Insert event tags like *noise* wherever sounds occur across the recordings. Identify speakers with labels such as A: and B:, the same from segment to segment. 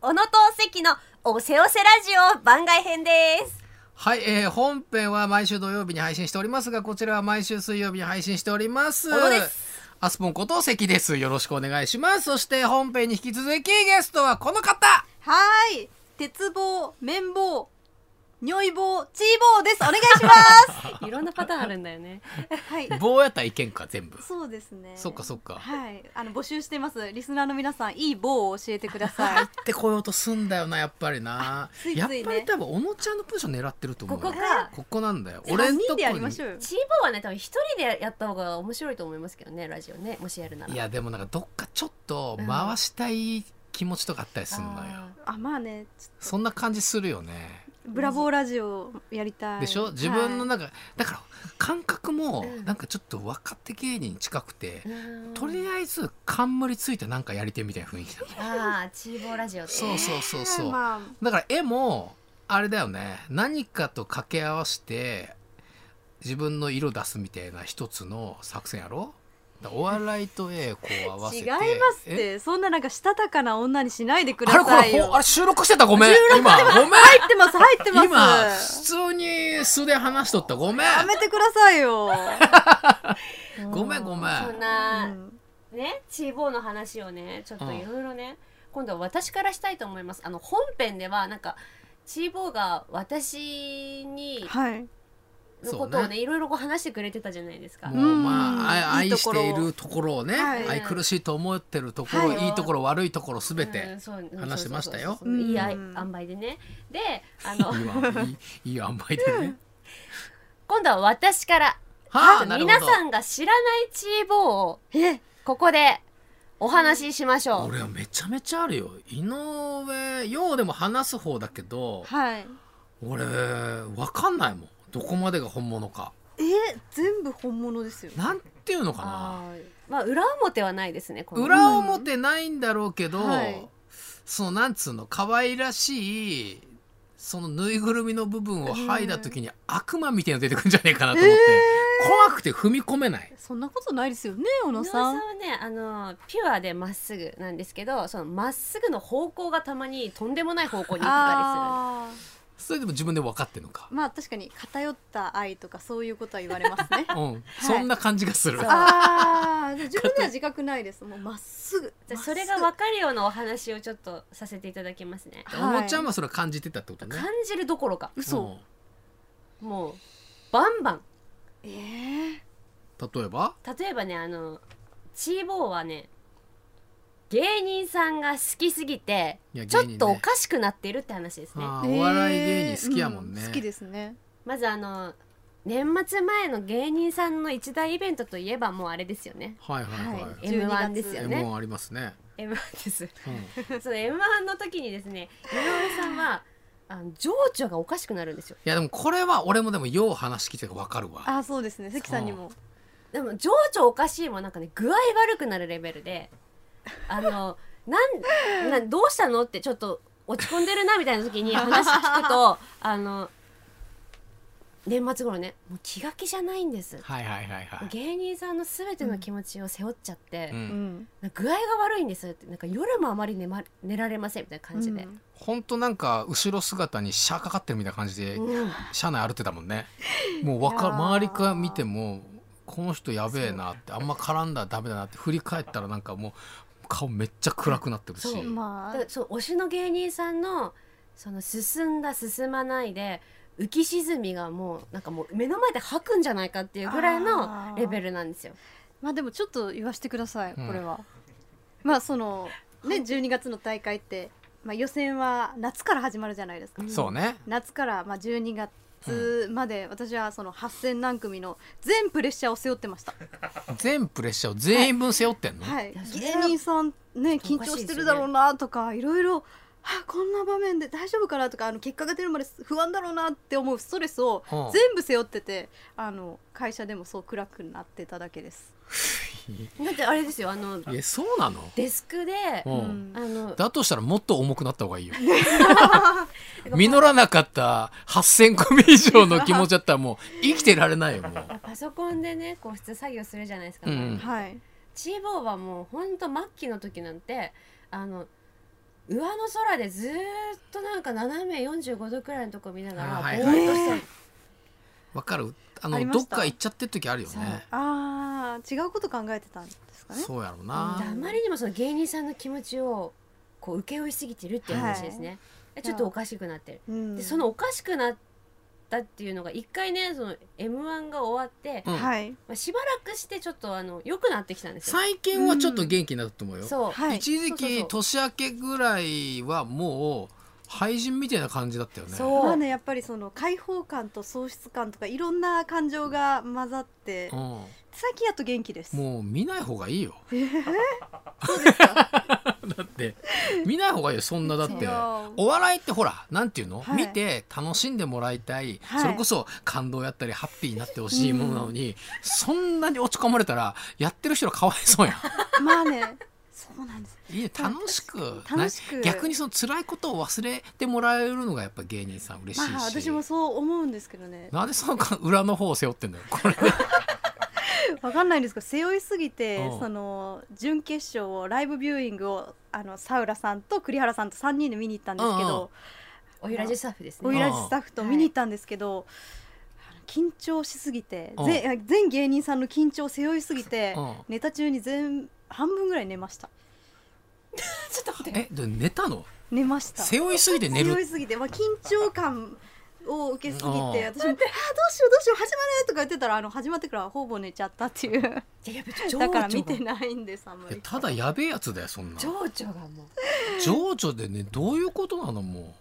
A: 小野と関のおせおせラジオ番外編です
B: はい、えー、本編は毎週土曜日に配信しておりますがこちらは毎週水曜日に配信しております
A: 小野です
B: アスポンこと関ですよろしくお願いしますそして本編に引き続きゲストはこの方
C: はーい鉄棒綿棒尿意棒チー棒ですお願いし
A: *laughs*
C: ま
A: いろんなパターンあるんだよ
C: *laughs*
A: ね
C: すはい
B: 棒やったらいけんか
C: *laughs*
B: 全部
C: そうですね
B: そっかそっか
C: はいあの募集していますリスナーの皆さんいい棒を教えてください
B: ってこようとすんだよなやっぱりな
C: ついついね
B: やっぱり多分小野ちゃんのポジション狙ってると思うよ
A: ここか
B: ここなんだよ *laughs* 俺んとこ
C: 人でやりま
B: に
C: しょうよ
A: チーボーはね多分一人でやった方が面白いと思いますけどねラジオねもしやるなら
B: いやでもなんかどっかちょっと回したい気持ちとかあったりするのよ、
A: あ
C: あまあねち
B: そんな感じするよね
C: ょブラボーラジオやりたい
B: でしょ自分の
C: はい
B: 中、だから感覚も
A: うん
B: なんかちょっと若手芸人に近くて、
A: ーうん
B: とりあえず冠ついてなんかやりてみたいな雰囲気なの
A: あーチーボーラジオって
B: そうそうそうそう、
C: まあ
B: だから絵もあれだよね何かと掛け合わせて自分の色出すみたいな一つの作戦やろだからお笑いと絵をこう合わせ
C: 違
B: て
C: いますっ
B: え
C: てそんななんかしたたかな女にしないでくだ
B: あれこ
C: さい
B: れ
C: よ
B: ほあれ収録してたごめん今ごめん
C: 入ってます入ってます
B: 今普通に素で話しとったごめん
C: やめてくださ
B: *laughs*
C: いよ、
A: うん
B: ごめんごめん
A: そん
C: う
A: なんねチーボーの話をねちょっと
B: うん
A: いろいろね、今度は私からしたいと思いますあの本編ではなんかチーボーが私に
C: はい
A: の
B: そうね
A: ことをねいろいろこう話してくれてたじゃないですか、
B: もう
C: う
B: ま
C: ん
B: ああ
C: い
B: 愛
C: いと
B: し
C: ころ
B: ているところをね、
C: はい
B: 愛苦しいと思ってるところ、
C: はい
B: い、いところ悪いところすべて、
A: うんそううん
B: 話してましたよ
A: そうそうそうそういいあい
C: うん
A: 塩梅でねであの
B: *laughs* 今いいいい塩梅でね、
A: 今度は私から
B: はあなる
A: 皆
B: ほ
A: さんが知らないチーボーを
C: え
A: ここでお話ししまし
B: ど
A: ょう
B: 俺はめちゃめちゃあるよ井上ようでも話す方だけど
C: はい
B: 俺わかんないもんどこまでが本物か
C: え全部本物ですよ
B: なんていうのかな
A: あーまあ裏表はないですねこの
B: 裏表ないんだろうけど、
C: はい
B: そのなんつうの可愛らしいそのぬいぐるみの部分を剥いだ時に悪魔みたいなの出てくるんじゃねえかなと思って、怖くて踏み込めない
C: そんなことないですよね小
A: 井
C: 野
A: 上さ
C: さ
A: ん
C: ん
A: はねあのピュアでまっすぐなんですけどそのまっすぐの方向がたまにとんでもない方向に行った
C: あー
B: それでも自分で分かってんのか、
C: まあ確かに偏った愛とかそういうことは言われますね
B: うんそんな感じがする
A: *laughs* そう
C: ああ自分では自覚ないですもうまっすぐ
A: りする
C: まっ
A: そ
C: すぐ
A: れが分かるようなお話をちょっとさせていただきますね
B: おもちゃんはそれを感じてたってことね
A: 感じるどころか
B: うん
A: もうバンバン
C: えー
B: 例えば
A: 例えばねあのチーボーはね芸人さんが好きすぎて
B: いや芸
A: ちょ
B: 人
A: っ
B: ね
A: とおかしくなってるって話ですね
B: あ
C: え
B: ー
C: ー
B: お笑い芸人好きやもんね、
C: う好きですね
A: まずあの年末前の芸人さんの一大イベントといえばもうあれですよね
B: はいはいはい、
C: はい
A: m 1
C: 12
A: ですよ
C: 月
A: ね
B: M1 ありますね、
A: M1
B: *laughs*
A: です
B: うん
A: その M1 の時にですね井上さんはあの情緒がおかしくなるんですよ
B: いやでもこれは俺もでもよう話聞いてるから分かるわ
C: あーそうですね関さんにも
A: でも情緒おかしいもなんかね具合悪くなるレベルであの *laughs* なんなんどうしたのってちょっと落ち込んでるなみたいな時に話聞くとあの年末頃ねもう気が気じゃないんです
B: はいはいはいはい
A: 芸人さんの全ての気持ちを背負っちゃって、
B: う
C: うんん
A: 具合が悪いんですってなんか夜もあまり寝,、ま、寝られませんみたいな感じで、
B: ほんとなんか後ろ姿にシャーかかってるみたいな感じで
A: うん
B: 車内歩いてたもんねもうわか
C: いやー
B: 周りから見てもこの人やべえなってあんま絡んだらダメだなって振り返ったらなんかもう顔めっちゃ暗くなってるし
A: そう
C: うんまあ
A: だからそう推しの芸人さんのその進んだ進まないで浮き沈みがもうなんかもう目の前で吐くんじゃないかっていうぐらいのレベルなんですよ。
C: まあでもちょっと言わせてくださいこ
B: うん
C: れはまあそのね12月の大会ってまあ予選は夏から始まるじゃないですか
B: そうね
C: 夏からまあ12月まで私はその8000何組の全プレッシャーを背負ってました、
B: 全プレッシャーを全員分背負ってんの、
C: は
A: い
C: い、芸
A: やそれは
C: 人さんね
A: ちょっと
C: 緊
A: おか
C: 張
A: しい
C: し
A: ですよね
C: てるだろうなとかいろいろあこんな場面で大丈夫かなとかあの結果が出るまで不安だろうなって思うストレスを
B: うん
C: 全部背負っててあの会社でもそう暗くなってただけです。
A: だってあれですよあの
B: えそうなの、
A: デスクで
B: う
C: うんん
A: あの
B: だとしたらもっと重くなった方が
C: *laughs*
B: いいよ実らなかった8,000組以上の気持ちだったらもう生きてられないよもう
A: パソコンでねこう普通作業するじゃないですか。
B: うん
C: はい、
A: チーボーはもうほんと末期の時なんてあの上の空でずーっとなんか斜め45度くらいのとこ見ながら
B: あー
A: ぼ
B: はい
A: ーっとしたり
B: わかるあ
C: あり
B: の
C: ま
B: ど
C: し
B: ったか行っちゃってる時あるよね
C: あー違うこと考えてたんですかね
B: そうやろう
A: あ
B: な
C: うん
A: まりにもその芸人さんの気持ちをこう請け負いすぎてるっていう話ですね、えちょっとおかしくなってる、
C: うん
A: でそのおかしくなったっていうのが一回ねその m 1が終わって、
B: うん
C: はい
A: まあ、しばらくしてちょっとあの良くなってきたんですよ
B: 最近はちょっと元気になったと思うよ、
A: そう、
C: はい
B: 一時
A: そうそうそ
B: 期
A: う
B: 年明けぐらいはもう廃人みたいな感じだったよね
A: そう
C: まあねやっぱりその解放感と喪失感とかいろんな感情が混ざって
B: うん、
C: 最近やっと元気です
B: もう見ない方がいいよ
C: えー
B: *laughs* だって見ない方がいいよそんなだっ
C: い
B: て
C: やー
B: お笑いってほらなんていうの、
C: はい
B: 見て楽しんでもらいたい、
C: はい
B: それこそ感動やったりハッピーになってほしいものなのに、そんなに落ち込まれたらやってる人がかわいそうやん
C: *laughs* まあねそうなんです
B: いいね楽しく
C: 楽しく
B: な逆にその辛いことを忘れてもらえるのがやっぱ芸人さん嬉しいし、
C: まあ私もそう思うんですけどね
B: なんでその裏の方を背負ってんだよ
C: *laughs*
B: これ
C: わかんないんですけど背負いすぎて、
B: うん
C: その準決勝をライブビューイングをあのサウラさんと栗原さんと3人で見に行ったんですけど、
A: おゆらじスタッフです
C: オイ
A: ね
C: ラ *laughs* ジスタッフと見に行ったんですけど、あの緊張しすぎて、ぜ全芸人さんの緊張を背負いすぎて、
B: うん
C: ネタ中に全半分ぐらい寝ました
A: ちょっと待って
B: えで寝たの
C: 寝ました
B: 背負いすぎて寝
C: 強
B: る
C: いすぎて、まあ、緊張感を受けすぎて
B: うん
C: 私も「あーどうしようどうしよう始まる!」とか言ってたらあの始まってからほぼ寝ちゃったっ
B: *laughs*
C: てい
A: い
C: う
A: ややっぱ情
C: だ
A: 緒
C: から
A: が
C: 見てないんですあんま
B: え
C: り
B: ただやべえやつだよそんな
A: 情緒がもう
B: 情緒でねどういうことなのも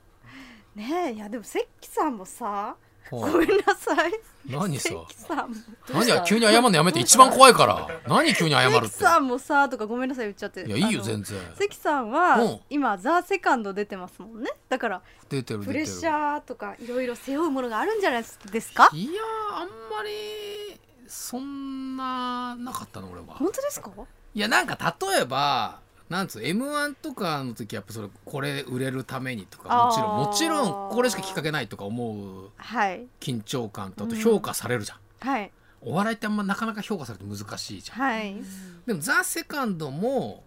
C: ねえいやでも関さんもさ
B: う、
C: ご
B: は
C: めんなさい
B: 何さ
C: 関さんも
B: 何や急に謝るのやめて一番怖いから何急に謝る
C: 関
B: って
C: さんもさとかごめんなさい言っちゃって
B: いやいい
C: あ
B: よ
C: の
B: 全然
C: 関さん
B: うん
C: は今「ザ・セカンド出てますもんねだから
B: 出てる
C: プ
B: 出
C: レッ
B: てる
C: シャーとかいろいろ背負うものがあるんじゃないですか
B: いやーあんまりそんななかったの俺は
C: 本当ですか
B: いやなんか例えばなんつう m 1とかの時やっぱそれこれ売れるためにとかもちろん
C: あー
B: もちろんこれしかきっかけないとか思う
C: はい
B: 緊張感とあと
C: うん
B: 評価されるじゃん、
C: はい
B: お笑いってあんまなかなか評価されて難しいじゃん
C: はい、
B: でも「ザ・セカンドも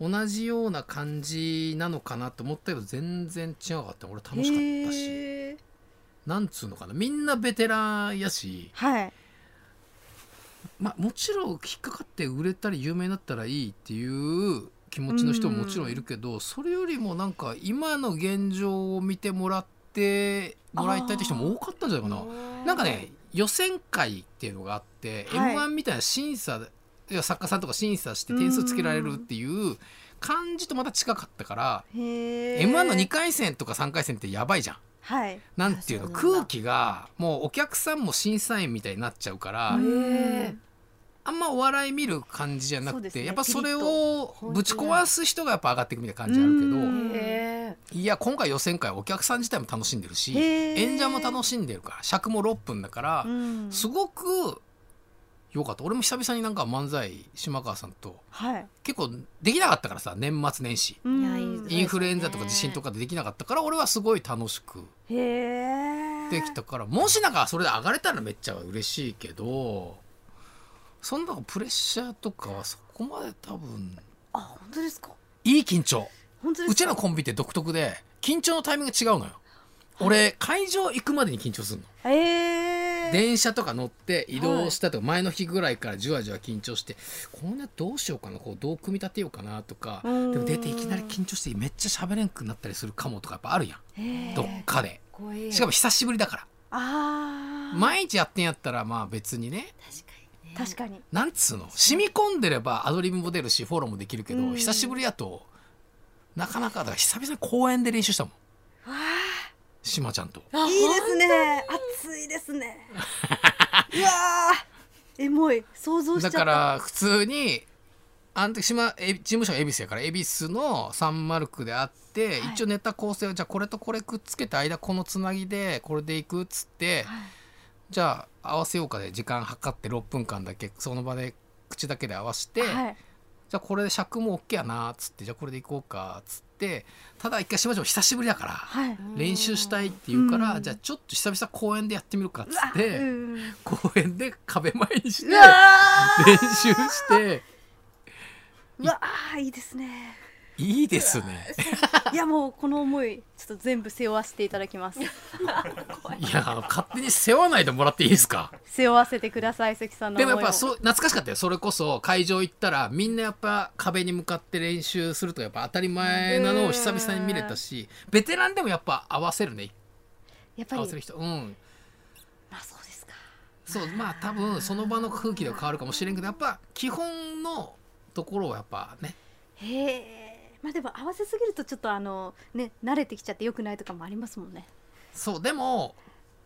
B: 同じような感じなのかなと思ったけど全然違かった俺楽しかったし
C: へー
B: なんつうのかなみんなベテランやし、
C: はい
B: まあ、もちろん引っかかって売れたり有名になったらいいっていう気持ちの人ももちろんいるけど、それよりもなんか今の現状を見てもらってもらいたいって人も多かったんじゃないかな。なんかね予選会っていうのがあって、
C: はい
B: m 1みたいな審査いや作家さんとか審査して点数つけられるっていう感じとまた近かったから、
C: へえ
B: m 1の2回戦とか3回戦ってやばいじゃん。
C: はい
B: なんていうの
A: あそうなんだ
B: 空気がもうお客さんも審査員みたいになっちゃうか
A: へ
B: ら、
C: う
A: ー
C: ん
B: あんまお笑い見る感じじゃな
C: そ
B: く
C: うで
B: て、
C: すね
B: やっぱそれをぶち壊す人がやっぱ上がっていくみたいな感じあ
C: う
B: る
C: ん
A: へ
B: けどいや今回予選会はお客さん自体も楽しんでるし
C: へー
B: 演者も楽しんでるから尺も6分だから、
C: うん
B: すごく良かった俺も久々になんか漫才島川さんと
C: はい
B: 結構できなかったからさ年末年始
C: うん
A: いやいいですね
B: インフルエンザとか地震とかでできなかったから俺はすごい楽しく
C: へえ
B: できたからもしなんかそれで上がれたらめっちゃ嬉しいけどそんなプレッシャーとかはそこまで多分
C: あ本当ですか
B: いい緊張
C: 本当ですか
B: うちらのコンビって独特で緊張のタイミングが違うのよ俺会場行くまでに緊張するの
C: へえ
B: 電車とか乗って移動したとか前の日ぐらいからじわじわ緊張してこのネタどうしようかなこうどう組み立てようかなとかで
C: うん
B: も出ていきなり緊張してめっちゃ喋れんくなったりするかもとかやっぱあるやん
C: へー
B: どっかで
A: ー怖い
B: しかも久しぶりだから
C: ああ
B: 毎日やってんやったらまあ別にね
A: 確かにね
C: 確かに
B: なんつうの染み込んでればアドリブも出るしフォローもできるけど、
C: うん
B: 久しぶりやとなかなかだから久々に公園で練習したもん
C: わ
B: しまちゃんと
A: あ
C: いいですね暑いですねうわーエモい想像しち
B: だ
C: ゃった
B: から普通にあの時島え事務所が恵比寿やから恵比寿のサンマルクであって、
C: はい
B: 一応ネタ構成をじゃあこれとこれくっつけて間このつなぎでこれでいくっつって、
C: はい
B: じゃあ合わせようかで時間計って6分間だけその場で口だけで合わせて、
C: はい
B: じゃあこれで尺も OK やなっつってじゃあこれでいこうかっつってただ一回島ちゃんも久しぶりだから。
C: はい
B: 練習したいって言うから、
C: うん
B: じゃあちょっと久々公園でやってみるかっつっ
C: う
B: て
C: ん
B: 公園で壁前にして
C: う
B: 練
C: わー
B: 習して
C: うわあいいですね
B: いいですね
C: *laughs* いやもうこの思いちょっと全部背負わせていただ
B: *laughs*
C: きます
B: いや勝手に背負わないでもらっていいですか
C: 背負わせてください関さんの
B: でも
C: 思い
B: や
C: を
B: っぱそう懐かしかったよそれこそ会場行ったらみんなやっぱ壁に向かって練習するとかやっぱ当たり前なのを久々に見れたしベテランでもやっぱ合わせるね
C: やっぱ
B: 合
C: り
B: わせる人うん
C: まあそうですか
B: そうまあ多分その場の空気では変わるかもしれんけどやっぱ基本のところはやっぱね
C: へえまあでも合わせすぎるとちょっとあのね慣れてきちゃって良くないとかもありますもんね
B: そうでも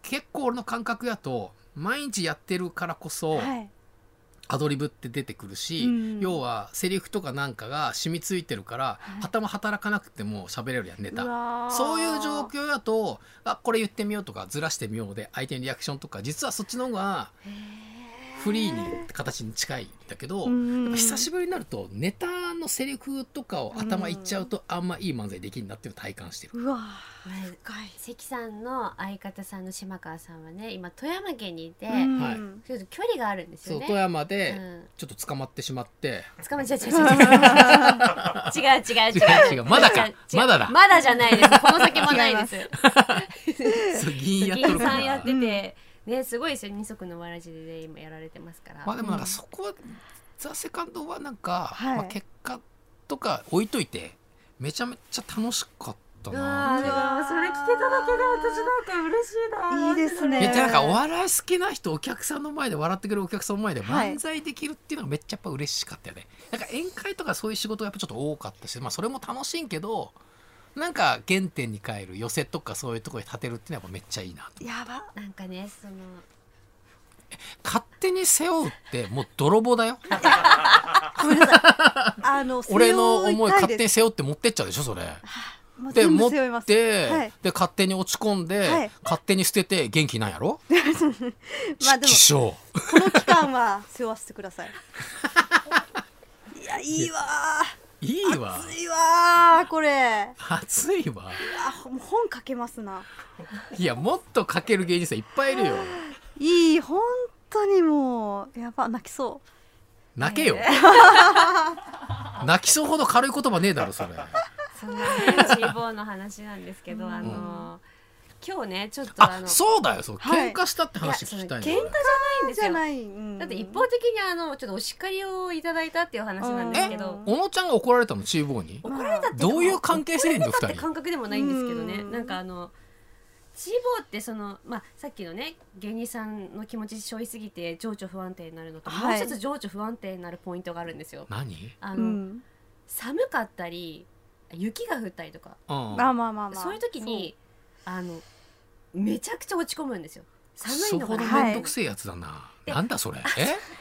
B: 結構俺の感覚やと毎日やってるからこそ、
C: はい
B: アドリブって出てくるし、
C: うん
B: 要はセリフとかなんかが染みついてるから、
C: はい
B: 頭働かなくても喋れるやんネタ
C: うわー
B: そういう状況だとあこれ言ってみようとかずらしてみようで相手のリアクションとか実はそっちの方がフリーに形に近いんだけど、やっぱ久しぶりになるとネタのセリフとかを頭いっちゃうとあんまいい漫才できんなっていうのを体感してる。
C: うわ
A: はい
C: 深い
A: 関さんの相方さんの島川さんはね今富山県にいて、
B: はい
A: ちょっと距離があるんです
B: そ
A: よ
B: う
A: ね
B: 富山で
A: うん
B: ちょっと捕まってしまって、
A: 捕まえちゃう違う違う違う違う違う
B: *laughs* 違う違うまだか
A: 違う違う
B: まだだ
A: まだじゃないですこの先もない
B: *laughs*
A: です
B: そう議員やっと
A: 銀
B: るか
A: さんや
B: ら
A: っ。ててねすごいですよ二足のわらじで今やられてますから、
B: まあでもなんかそこは、ザ・セカンドはなんか、
C: はい
B: まあ、結果とか置いといてめちゃめちゃ楽しかったな
A: あ
C: うわ
A: それ聞けただけで私なんか嬉しいない
C: いですね
B: めっちゃなんかお笑い好きな人お客さんの前で笑ってくれるお客さんの前で
C: はい
B: 漫才できるっていうのがめっちゃやっぱ嬉しかったよね、なんか宴会とかそういう仕事がやっぱちょっと多かったし、まあ、それも楽しいんけどなんか原点に変える寄せとかそういうところに立てるっていうのはやっぱめっちゃいいなと
C: やば
A: なんかねその
B: 勝手に背負うってもう泥棒だよ
C: ごめんなさいあの
B: *laughs* 俺の思い
C: 背負た
B: 勝手に
C: です
B: 背負って持ってっちゃうでしょそれ。
C: もう
B: で
C: 全
B: 持
C: 部
B: っ
C: 背負います
B: て、 *laughs*
C: はい
B: で勝手に落ち込んで、
C: はい
B: 勝手に捨てて元気なんやろ
C: まあでも
B: 希少
C: この期間は背負わせてください
B: *laughs*
C: いやいいわ
B: いいわ
C: ーいいわーこれ
B: 暑いわ
C: あもう本書けますない
B: やもっと書ける芸人さんいっぱいいるよ
C: いい本当にもうやば泣きそ
B: 泣けよ泣きそうほど軽い言葉ねえだろそれ
A: そのチーボーの話なんですけど、あの今日ねちょっとあ
B: あ
A: の
B: そうだよそう
C: はい
B: 喧嘩したって
A: いや
B: 話
A: その
B: 聞き
A: 喧
B: た
A: 嘩
B: い
A: じ
B: ね
A: ゃないん
C: う
A: で
C: じ
A: す
C: ゃ
A: よ
C: ない、うん
A: だって一方的にあのちょっとお叱りをいただいたっていう話なんですけど
B: 小野ちゃんが怒られたのチーボーに
A: 怒られたって
B: どういう関係性での
A: 怒られ
B: 二
A: たって
B: 人
A: 感覚でもないんですけどね
C: うん
A: なんかあのチーボーってその、まあ、さっきのね芸人さんの気持ちしょいすぎて情緒不安定になるのと、
C: はい
A: もう一つ情緒不安定になるポイントがあるんですよ。
B: 何
A: あ
C: う
A: の
C: ん、
A: 寒かったり雪が降ったりとか、
B: うん
C: まあまあまあまあ
A: そういう時にあのめちゃくちゃ落ち込むんですよ寒い
B: そ
A: の
B: ほ
A: が
B: ど
A: な
B: 面倒くせえやつだな、なんだそれえ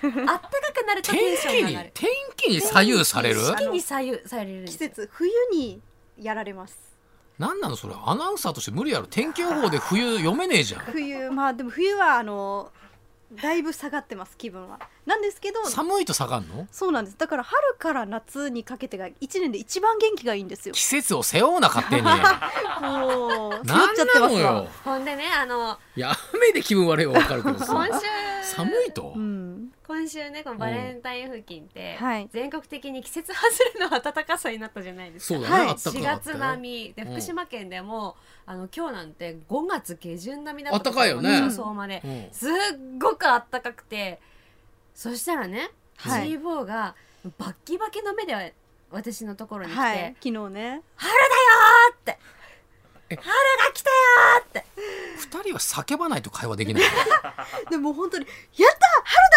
A: あったかくなるとテン
B: 天
A: ションが
B: 気
A: 上
B: に
A: がる
B: 天気に左右される
C: 天気
A: 気に左右されるんで
C: 季
A: すよ
C: 節冬にやられます
B: なんなのそれアナウンサーとして無理やろ天気予報で冬読めねえじゃん
C: 冬まあでも冬はあのだいぶ下がってます気分はなんですけど
B: 寒いと下がんの
C: そうなんですだから春から夏にかけてが一年で一番元気がいいんで
A: *laughs*
C: すよ
B: 季節を背負うな勝手になん
C: もう背負っちゃって
B: な
C: ま
B: の
C: す
B: よ
C: わ
A: ほんでねあの
B: いや雨で気分悪いは分かるけど
A: 今週 *laughs*
B: さ寒いと、
C: うん
A: 今週ねこのバレンタイン付近って、
C: うんはい
A: 全国的に季節外れの暖かさになったじゃないですか。
B: そうだね、
C: はい
B: あったか
A: 4
B: かった
A: 月
B: よ
A: 並みで
B: うん
A: 福島県でも、あの今日なんて5月下旬並みだったとこ
B: 暖かいよね
A: 予想まで、
B: うん
A: すっごく暖かくてそしたらね、
C: はい
A: チーボーがバッキバキの目で私のところに来て「
C: は
A: 春
C: い昨日ね
A: だよ!」って「
B: え
A: 春が来たよ!」って
B: 二人は叫ばないと会話できない
C: でも本当に「やった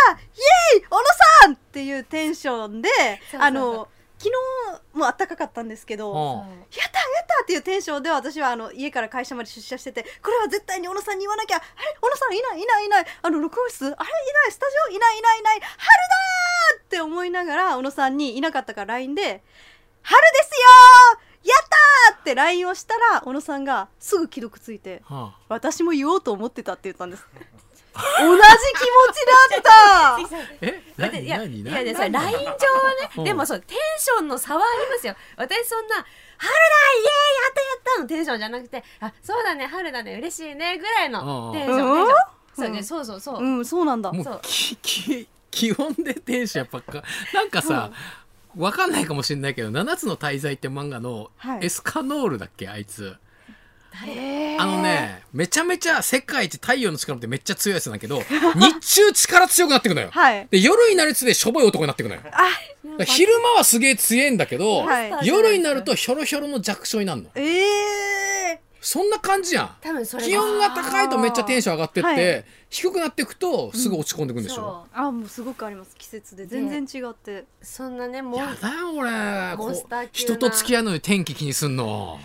C: 春だイエーイ小野さん!」っていうテンションで
A: そうそう
C: あの昨日も暖かかったんですけど「やっ
B: うん
A: そ
C: たやった!」っていうテンションで私はあの家から会社まで出社しててこれは絶対に小野さんに言わなきゃあれ小野さんいないいないいないあの録音室あれいないスタジオいないいないいない春だーって思いながら小野さんにいなかったから LINE で「春ですよーやったー!」って LINE をしたら小野さんがすぐ既読ついて
B: は
C: 私も言おうと思ってたって言ったん *laughs* です同じ気持ちだ *laughs*
A: う
C: っ
A: そう
B: え
A: だって
B: 何
A: いや
B: 何
A: い
B: 何
A: やいやそれライン上は
B: うん
A: ねでもそうテンションの差はありますよ私そんな「春だイエーイやったやった!」のテンションじゃなくて「あそうだね春だね嬉しいね」ぐらいの
B: うん
A: テンシ
C: う
A: ョン
C: ん
A: テンションそう
C: うん
A: ねそうそうそ
C: た
A: う
C: うんそうなんだ
B: も
A: そうう
B: きき気温でテンションやっぱかなんかさ、わかんないかもしれないけど「七つの大罪」って漫画の
C: はい
B: エスカノールだっけあいつ
C: えー
B: あのねめちゃめちゃ世界一太陽の力ってめっちゃ強いやつなんだけ
C: *laughs*
B: ど日中力強くなってくのよ
C: はい
B: で夜になるつでしょぼい男になってくのよだか
C: あ
B: ら昼間はすげえ強いんだけど、
C: はい
B: 夜になるとひょろひょろの弱小になるの
C: ええ
B: そんな感じやん
A: 多分それ
B: 気温が高いとめっちゃテンション上がってって、
C: はい
B: 低くなっていくとすぐ落ち込んでくんでしょ、
A: そ
C: あもうすごくあります季節で全然違って、
A: うそんなねもう
B: やだよ俺
A: モンスター
B: こう
A: 級な
B: 人と付き合うのに天気気にすんの、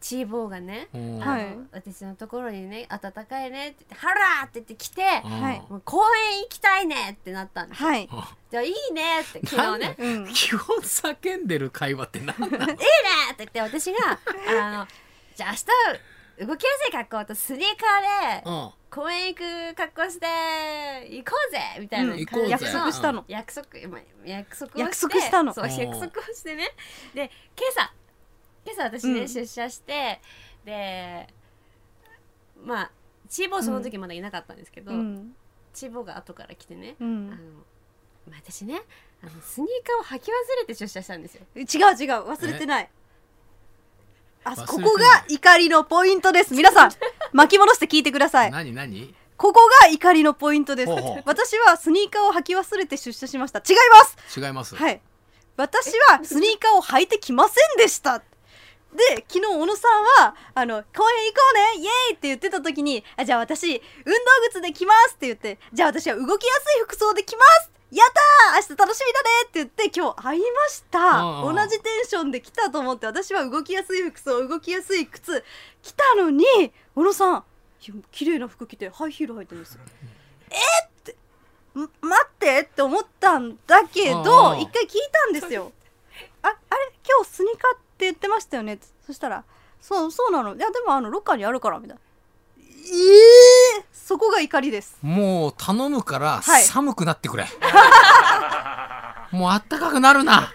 A: チーボーがね、
B: うん
C: はい
A: あの私のところにね暖かいねって言って「ハラー!」って言って来て
B: うん
C: はい
A: 「もう公園行きたいね!」ってなったんです
C: はい、
A: じゃあいいねって昨日ね
C: うん
B: *laughs* 基本叫んでる会話って何な
A: 「
B: の
A: いいね!」って言って私
C: *laughs*
A: が「あのじゃあ明日動きやすい格好とスニーカーで
B: うん
A: 公園行く格好して行こうぜ!」みたいな
C: うん
B: 行こうぜ
C: 約束したの、
A: 約束まあ約束をして
C: 約束したの
A: そう
B: おー
A: 約束をしてねで今朝今朝私ね、
C: うん
A: 出社してでまあチーボーその時まだいなかったんですけど、
C: うん
A: チーボーが後から来てね、あ
C: う
A: の
C: ん、
A: まあ私ねあのスニーカーを履き忘れて出社したん
C: *laughs*
A: ですよ
C: 違う違う忘れてないあ
B: 忘れて
C: こ
B: ない
C: こが怒りのポイントです皆さん巻き戻して聞いてください
B: 何何
C: ここが怒りのポイントです
B: ほうほう
C: 私はスニーカーを履き忘れて出社しました違います
B: 違います、
C: はい私はスニーカーを履いてきませんでしたで昨日小野さんはあの公園行こうねイエーイって言ってた時にあじゃあ私運動靴で来ますって言ってじゃあ私は動きやすい服装で来ますやったー明日楽しみだねって言って今日会いました
B: うんう
C: 同
B: ん
C: じテンションで来たと思って私は動きやすい服装動きやすい靴来たのに小野さんいや綺麗な服着てハイヒール履いてるんですよえーってん待ってって思ったんだけ
B: う
C: ど
B: んうん
C: 一回聞いたんですよああれ今日スニーカーって言ってましたよねそしたらそうそうなのいやでもあのロッカーにあるからみたいなえー、そこが怒りです
B: もう頼むから
C: はい
B: 寒くなってくれ、 *laughs* もうあったかくなるな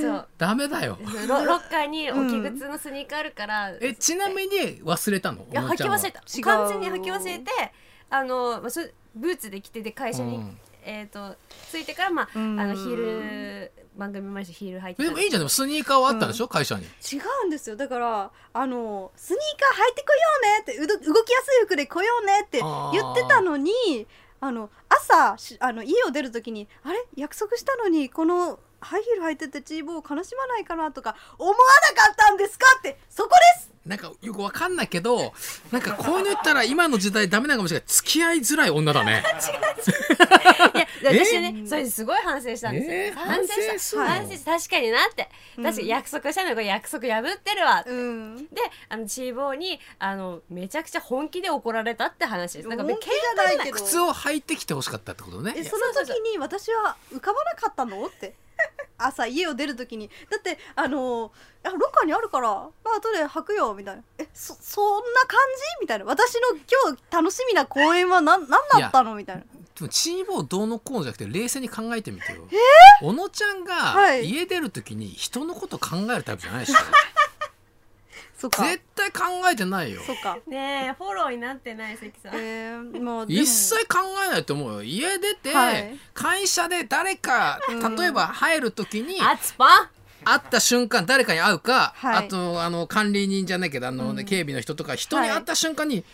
A: そう
B: ダメだよ
A: *laughs* ロロッカーに置き靴のスニーカーあるから、
B: えちなみに忘れたの
A: いや
B: 小野
A: 履
B: ち
A: き
B: ゃんは
A: 忘れた
C: 違う
A: 完全に履き忘れてあのまあそブーツで着てで会社に、
B: うん
A: えっ、と着いてからまああ
C: うん
A: のヒール番組前にヒール履いて
B: で
A: た
B: もいいじゃんでもスニーカーはあったんでしょ、会社に
C: 違うんですよだからあのスニーカー履いてこようねってうど動きやすい服で来ようねって言ってたのにあの朝しあの家を出る時にあれ約束したのにこのハイヒール履いててチーボーを悲しまないかなとか思わなかったんですかってそこです
B: なんかよくわかんないけどなんかこういうの言ったら今の時代ダメなのかもしれない付き合いづらい女だね
A: いや
B: え
A: 私ねそれですごい反省したんですよ、
B: えー
A: 反省
B: 反省
A: し
B: す
A: た
B: るの
A: 反省した確かになって
C: うん
A: 確かに約束したのにこれ約束破ってるわ、
C: うん
A: であのチーボーにあのめちゃくちゃ本気で怒られたって話ですなんか
C: 本気じゃ
A: 喧嘩
C: な
A: じ
C: い
A: ゃない
C: けど
B: 靴を履いてきてほしかったってことね
C: えその時に私は浮かばなかったのって *laughs* 朝家を出る時にだってあのあロッカーにあるから、まあ後で履くよみたいなえそそんな感じみたいな私の今日楽しみな公演は何何だったのみたいな
B: でもチーボーどうのこうのじゃなくて冷静に考えてみてよ、小野ちゃん
C: は
B: が
C: い
B: 家出る時に人のこと考えるタイプじゃないでしょ
C: そっか
B: 絶対考えてないよ
C: そっか
A: ねえフォローになってない関さん
C: えー、もうでも
B: 一切考えないと思うよ家出て、
C: はい
B: 会社で誰か
C: うん
B: 例えば入る時に
A: あつぱん
B: 会った瞬間誰かに会うか、
C: はい
B: あとあの管理人じゃないけどあの、ね
C: うん
B: 警備の人とか人に会った瞬間に、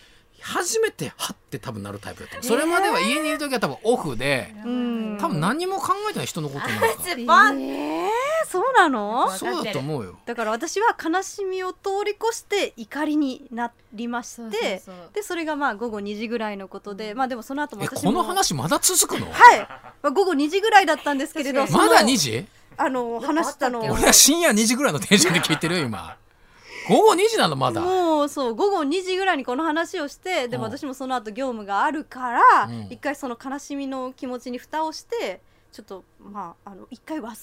B: 初めてはって多分なるタイプだと思うそれまでは家にいる時は多分オフで、
C: うん
B: 多分何も考えてない人のことなん
A: あ
B: か
A: つ
C: え
A: ぱん
C: ー、そうなの
A: わかってる
B: そうだと思うよ
C: だから私は悲しみを通り越して怒りになりまして
A: そうそうそう
C: でそれがまあ午後2時ぐらいのことで、まあでもその後も
B: え
C: 私
B: こ
C: も
B: の話まだ続くの、
C: はい、まあ、午後2時ぐらいだったんですけれど、
A: 確
C: その
B: まだ2時
C: あの話したの
A: なんかあっ
B: 俺は深夜2時ぐらいのテンションで聞いてるよ今午後2時なのまだ
C: もうそう午後2時ぐらいにこの話をしてでも
B: うん
C: 私もその後業務があるから、
B: うん
C: 一回その悲しみの気持ちに蓋をしてちょっとまああの一回忘れ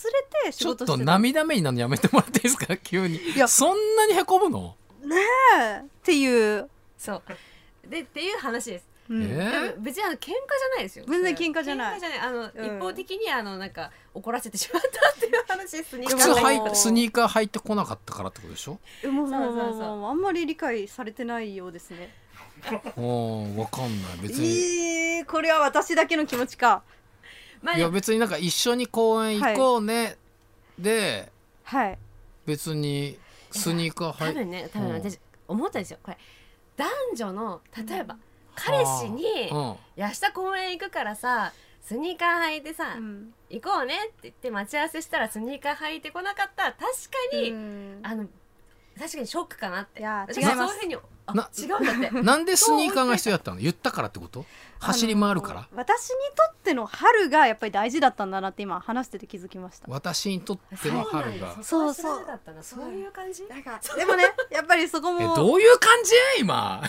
C: て仕
B: ちょっ
C: 事し
B: と
C: てた
B: 涙目になるのやめてもらっていいですか急に
C: いや
B: そんなにへこむの、
C: ねえっていう、
A: そうでっていう話です
C: うん
B: え
A: 多
B: ー
A: 分別にあの喧嘩じゃないですよ
C: 全然喧嘩じゃな
A: 喧
C: い
A: 嘩じゃないあの、
C: うん
A: 一方的にあのなんか怒らせてしまった
C: *laughs*
A: っていう話ですね
C: でも
B: 靴
C: はい
B: 履いスニーカー履いてこなかったからってことでしょ
C: えもう
A: そうそうそう
C: もうもうもうあんまり理解されてないようですね
B: うんわかんない別に、
C: えー、これは私だけの気持ちか
A: まあ
B: いや別になんか一緒に公園行こうね、で
C: はい
B: 別にスニーカー
A: 多
B: 入
A: 分ね多分
B: うん
A: 私思ったんですよこれ男女の例えば彼氏に
B: うん
A: 「いや明日公園行くからさスニーカー履いてさ、
C: うん
A: 行こうね」って言って待ち合わせしたらスニーカー履いてこなかったら確かに、
C: うん
A: あの確かにショックかなって
C: いや
A: 私
C: 違い
A: は
C: ま
A: そういう
C: す
A: ふうにあ
B: な
A: 違うん
C: *laughs*
A: だって
B: なんでスニーカーが必要やったの言ったからってこと走り回るか
C: あ
B: ら
C: の私にとっての春がやっぱり大事だったんだなって今話してて気づきました
B: 私にとっての
A: そうな
B: 春
A: ん
B: が
A: だ
C: そ
A: そうう
C: そう
A: そうだったなそういう感じ
C: なんかでも *laughs* ねやっぱりそこ
B: え
C: も
B: どういう感じ今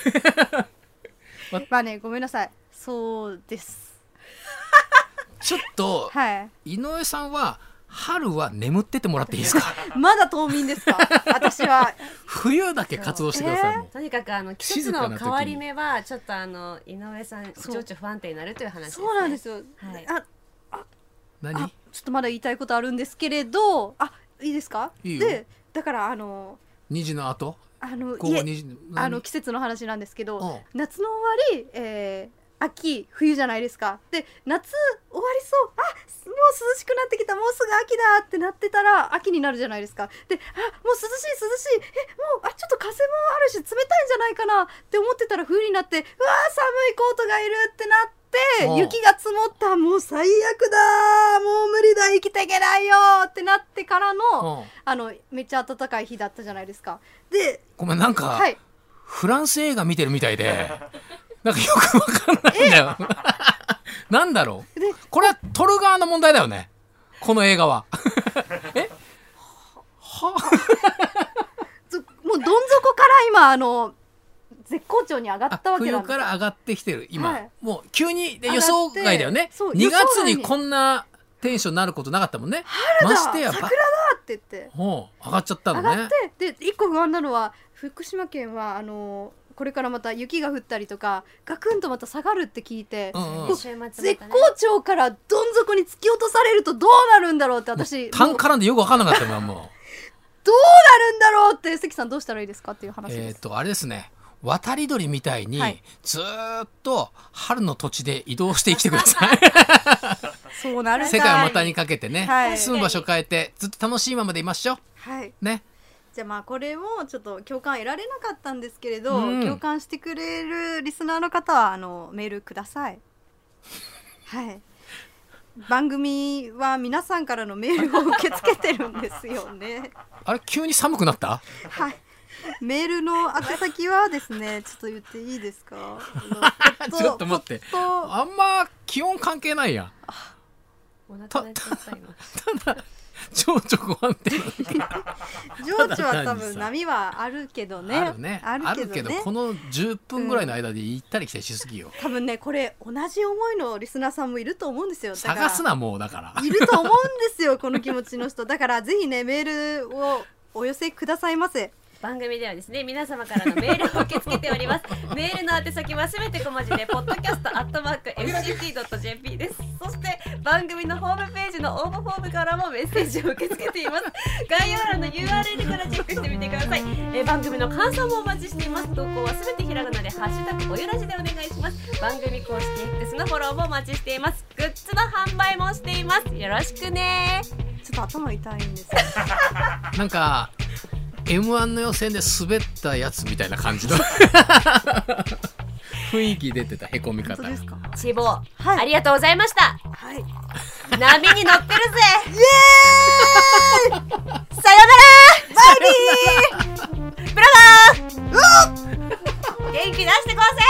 B: *laughs*
C: まあねごめんなさいそうです
B: ちょっと
C: はい
B: 井上さんは春は眠っててもらっていいですか
C: まだ冬眠ですか *laughs* 私は
B: 冬だけ活動してくださいもう
A: とにかくあの季節の変わり目はちょっとあの井上さん情緒不安定になるという話です、ね、
C: そうなんですよ、
A: はい
C: ああ
B: 何
C: ちょっとまだ言いたいことあるんですけれどあいいですか
B: いいよ
C: でだからあの
B: 2時の後
C: あの
B: 午後
C: い
B: 2
C: え
B: 時
C: あの
B: 何
C: 季節の話なんですけど、
B: うん
C: 夏の終わり、えー秋冬じゃないですかで夏終わりそうあもう涼しくなってきたもうすぐ秋だってなってたら秋になるじゃないですかであもう涼しい涼しいえもうあちょっと風もあるし冷たいんじゃないかなって思ってたら冬になってうわー寒いコートがいるってなって
B: うん
C: 雪が積もったもう最悪だもう無理だ生きていけないよってなってからの
B: うん
C: あのめっちゃ暖かい日だったじゃないですかで
B: ごめんなんか
C: はい
B: フランス映画見てるみたいでなんかよくわかんないんだよなんだろう
C: で
B: これは撮る側の問題だよねこの映画はえは
C: ずもうどん底から今あの絶好調に上がっ
B: あ
C: たわけな
B: 冬
C: んです
B: から上がってきてる今、
C: はい
B: もう急にで
C: 上がって
B: 予想外だよね
C: そ
B: 2
C: う
B: 月
C: 予想外
B: に
C: に
B: こんなテンションになることなかったもんね
C: 春
B: ま
C: だ
B: してや
C: 桜
B: ば
C: だって言って
B: ほう上がっちゃった
C: 上
B: の
C: がっ
B: ね
C: てで一個不安なのは福島県はあのこれからまた雪が降ったりとかガクンとまた下がるって聞いて、
B: うんうん
A: 週末またね
C: 絶好調からどん底に突き落とされるとどうなるんだろうって私
B: 単
C: もう
B: 絡んでよくわかんなかった今も
C: どうなるんだろうって関さんどうしたらいいですかっていう
B: う
C: 話
B: え
C: で
B: っ
C: す、
B: とあれですね渡り鳥みたいに、
C: はい
B: ずーっと春の土地で移動して生きてください
C: そうなるか
B: *laughs*
C: い
B: 世界を股にかけてね、
C: はい
B: 住む場所変えてずっと楽しいままでいましょ
C: はい、
B: うね
C: じゃあまあこれもちょっと共感得られなかったんですけれど、
B: うん
C: 共感してくれるリスナーの方はあのメールくだ
B: *laughs*
C: さい。はい。番組は皆さんからのメールを受け付けてるんですよね。
B: あれ急に寒くなった
C: はい。メールの宛先はです
B: *laughs*
C: ね、ちょっと言っていいですか。あの
B: ちょっと待って。
C: ホット
B: あんま気温関係ないやん
A: お腹鳴っちゃった今
B: 情緒不安定なんだ
C: 情緒は
B: ただ
C: 多
B: 単に
C: 分
B: さ
C: 波はあるけどね。
B: あるね
C: あるけどね。
B: この10分ぐらいの間で行ったり来たりしすぎよ、
C: 多分ね、これ同じ思いのリスナーさんもいると思うんですよ。だから
B: 探すなもうだから
C: いると思うんですよこの気持ちの人だからぜひねメールをお寄せくださいませ
A: 番組ではですね皆様からのメールを受け付けており
C: *laughs*
A: ますメールの宛先はすべて小文字で podcast.fct.jp ですそして番組のホームページの応募フォームからもメッセージを受け付けています概要欄の URL からチェックしてみてください、えー番組の感想もお待ちしています投稿はすべてひらがなでハッシュタグおゆらじでお願いします番組公式 X のフォローもお待ちしていますグッズの販売もしていますよろしくね
C: ちょっと頭痛いんですよ
B: なんか M1 の予選で滑ったやつみたいな感
C: *laughs*
B: じの雰囲気出てたへこみ
C: 本
B: 方
C: 当ですか
A: 志望、
C: はい
A: ありがとうございました
C: はい
A: 波に乗ってるぜイエーイさよならバイビーブラボー元気出してこうぜ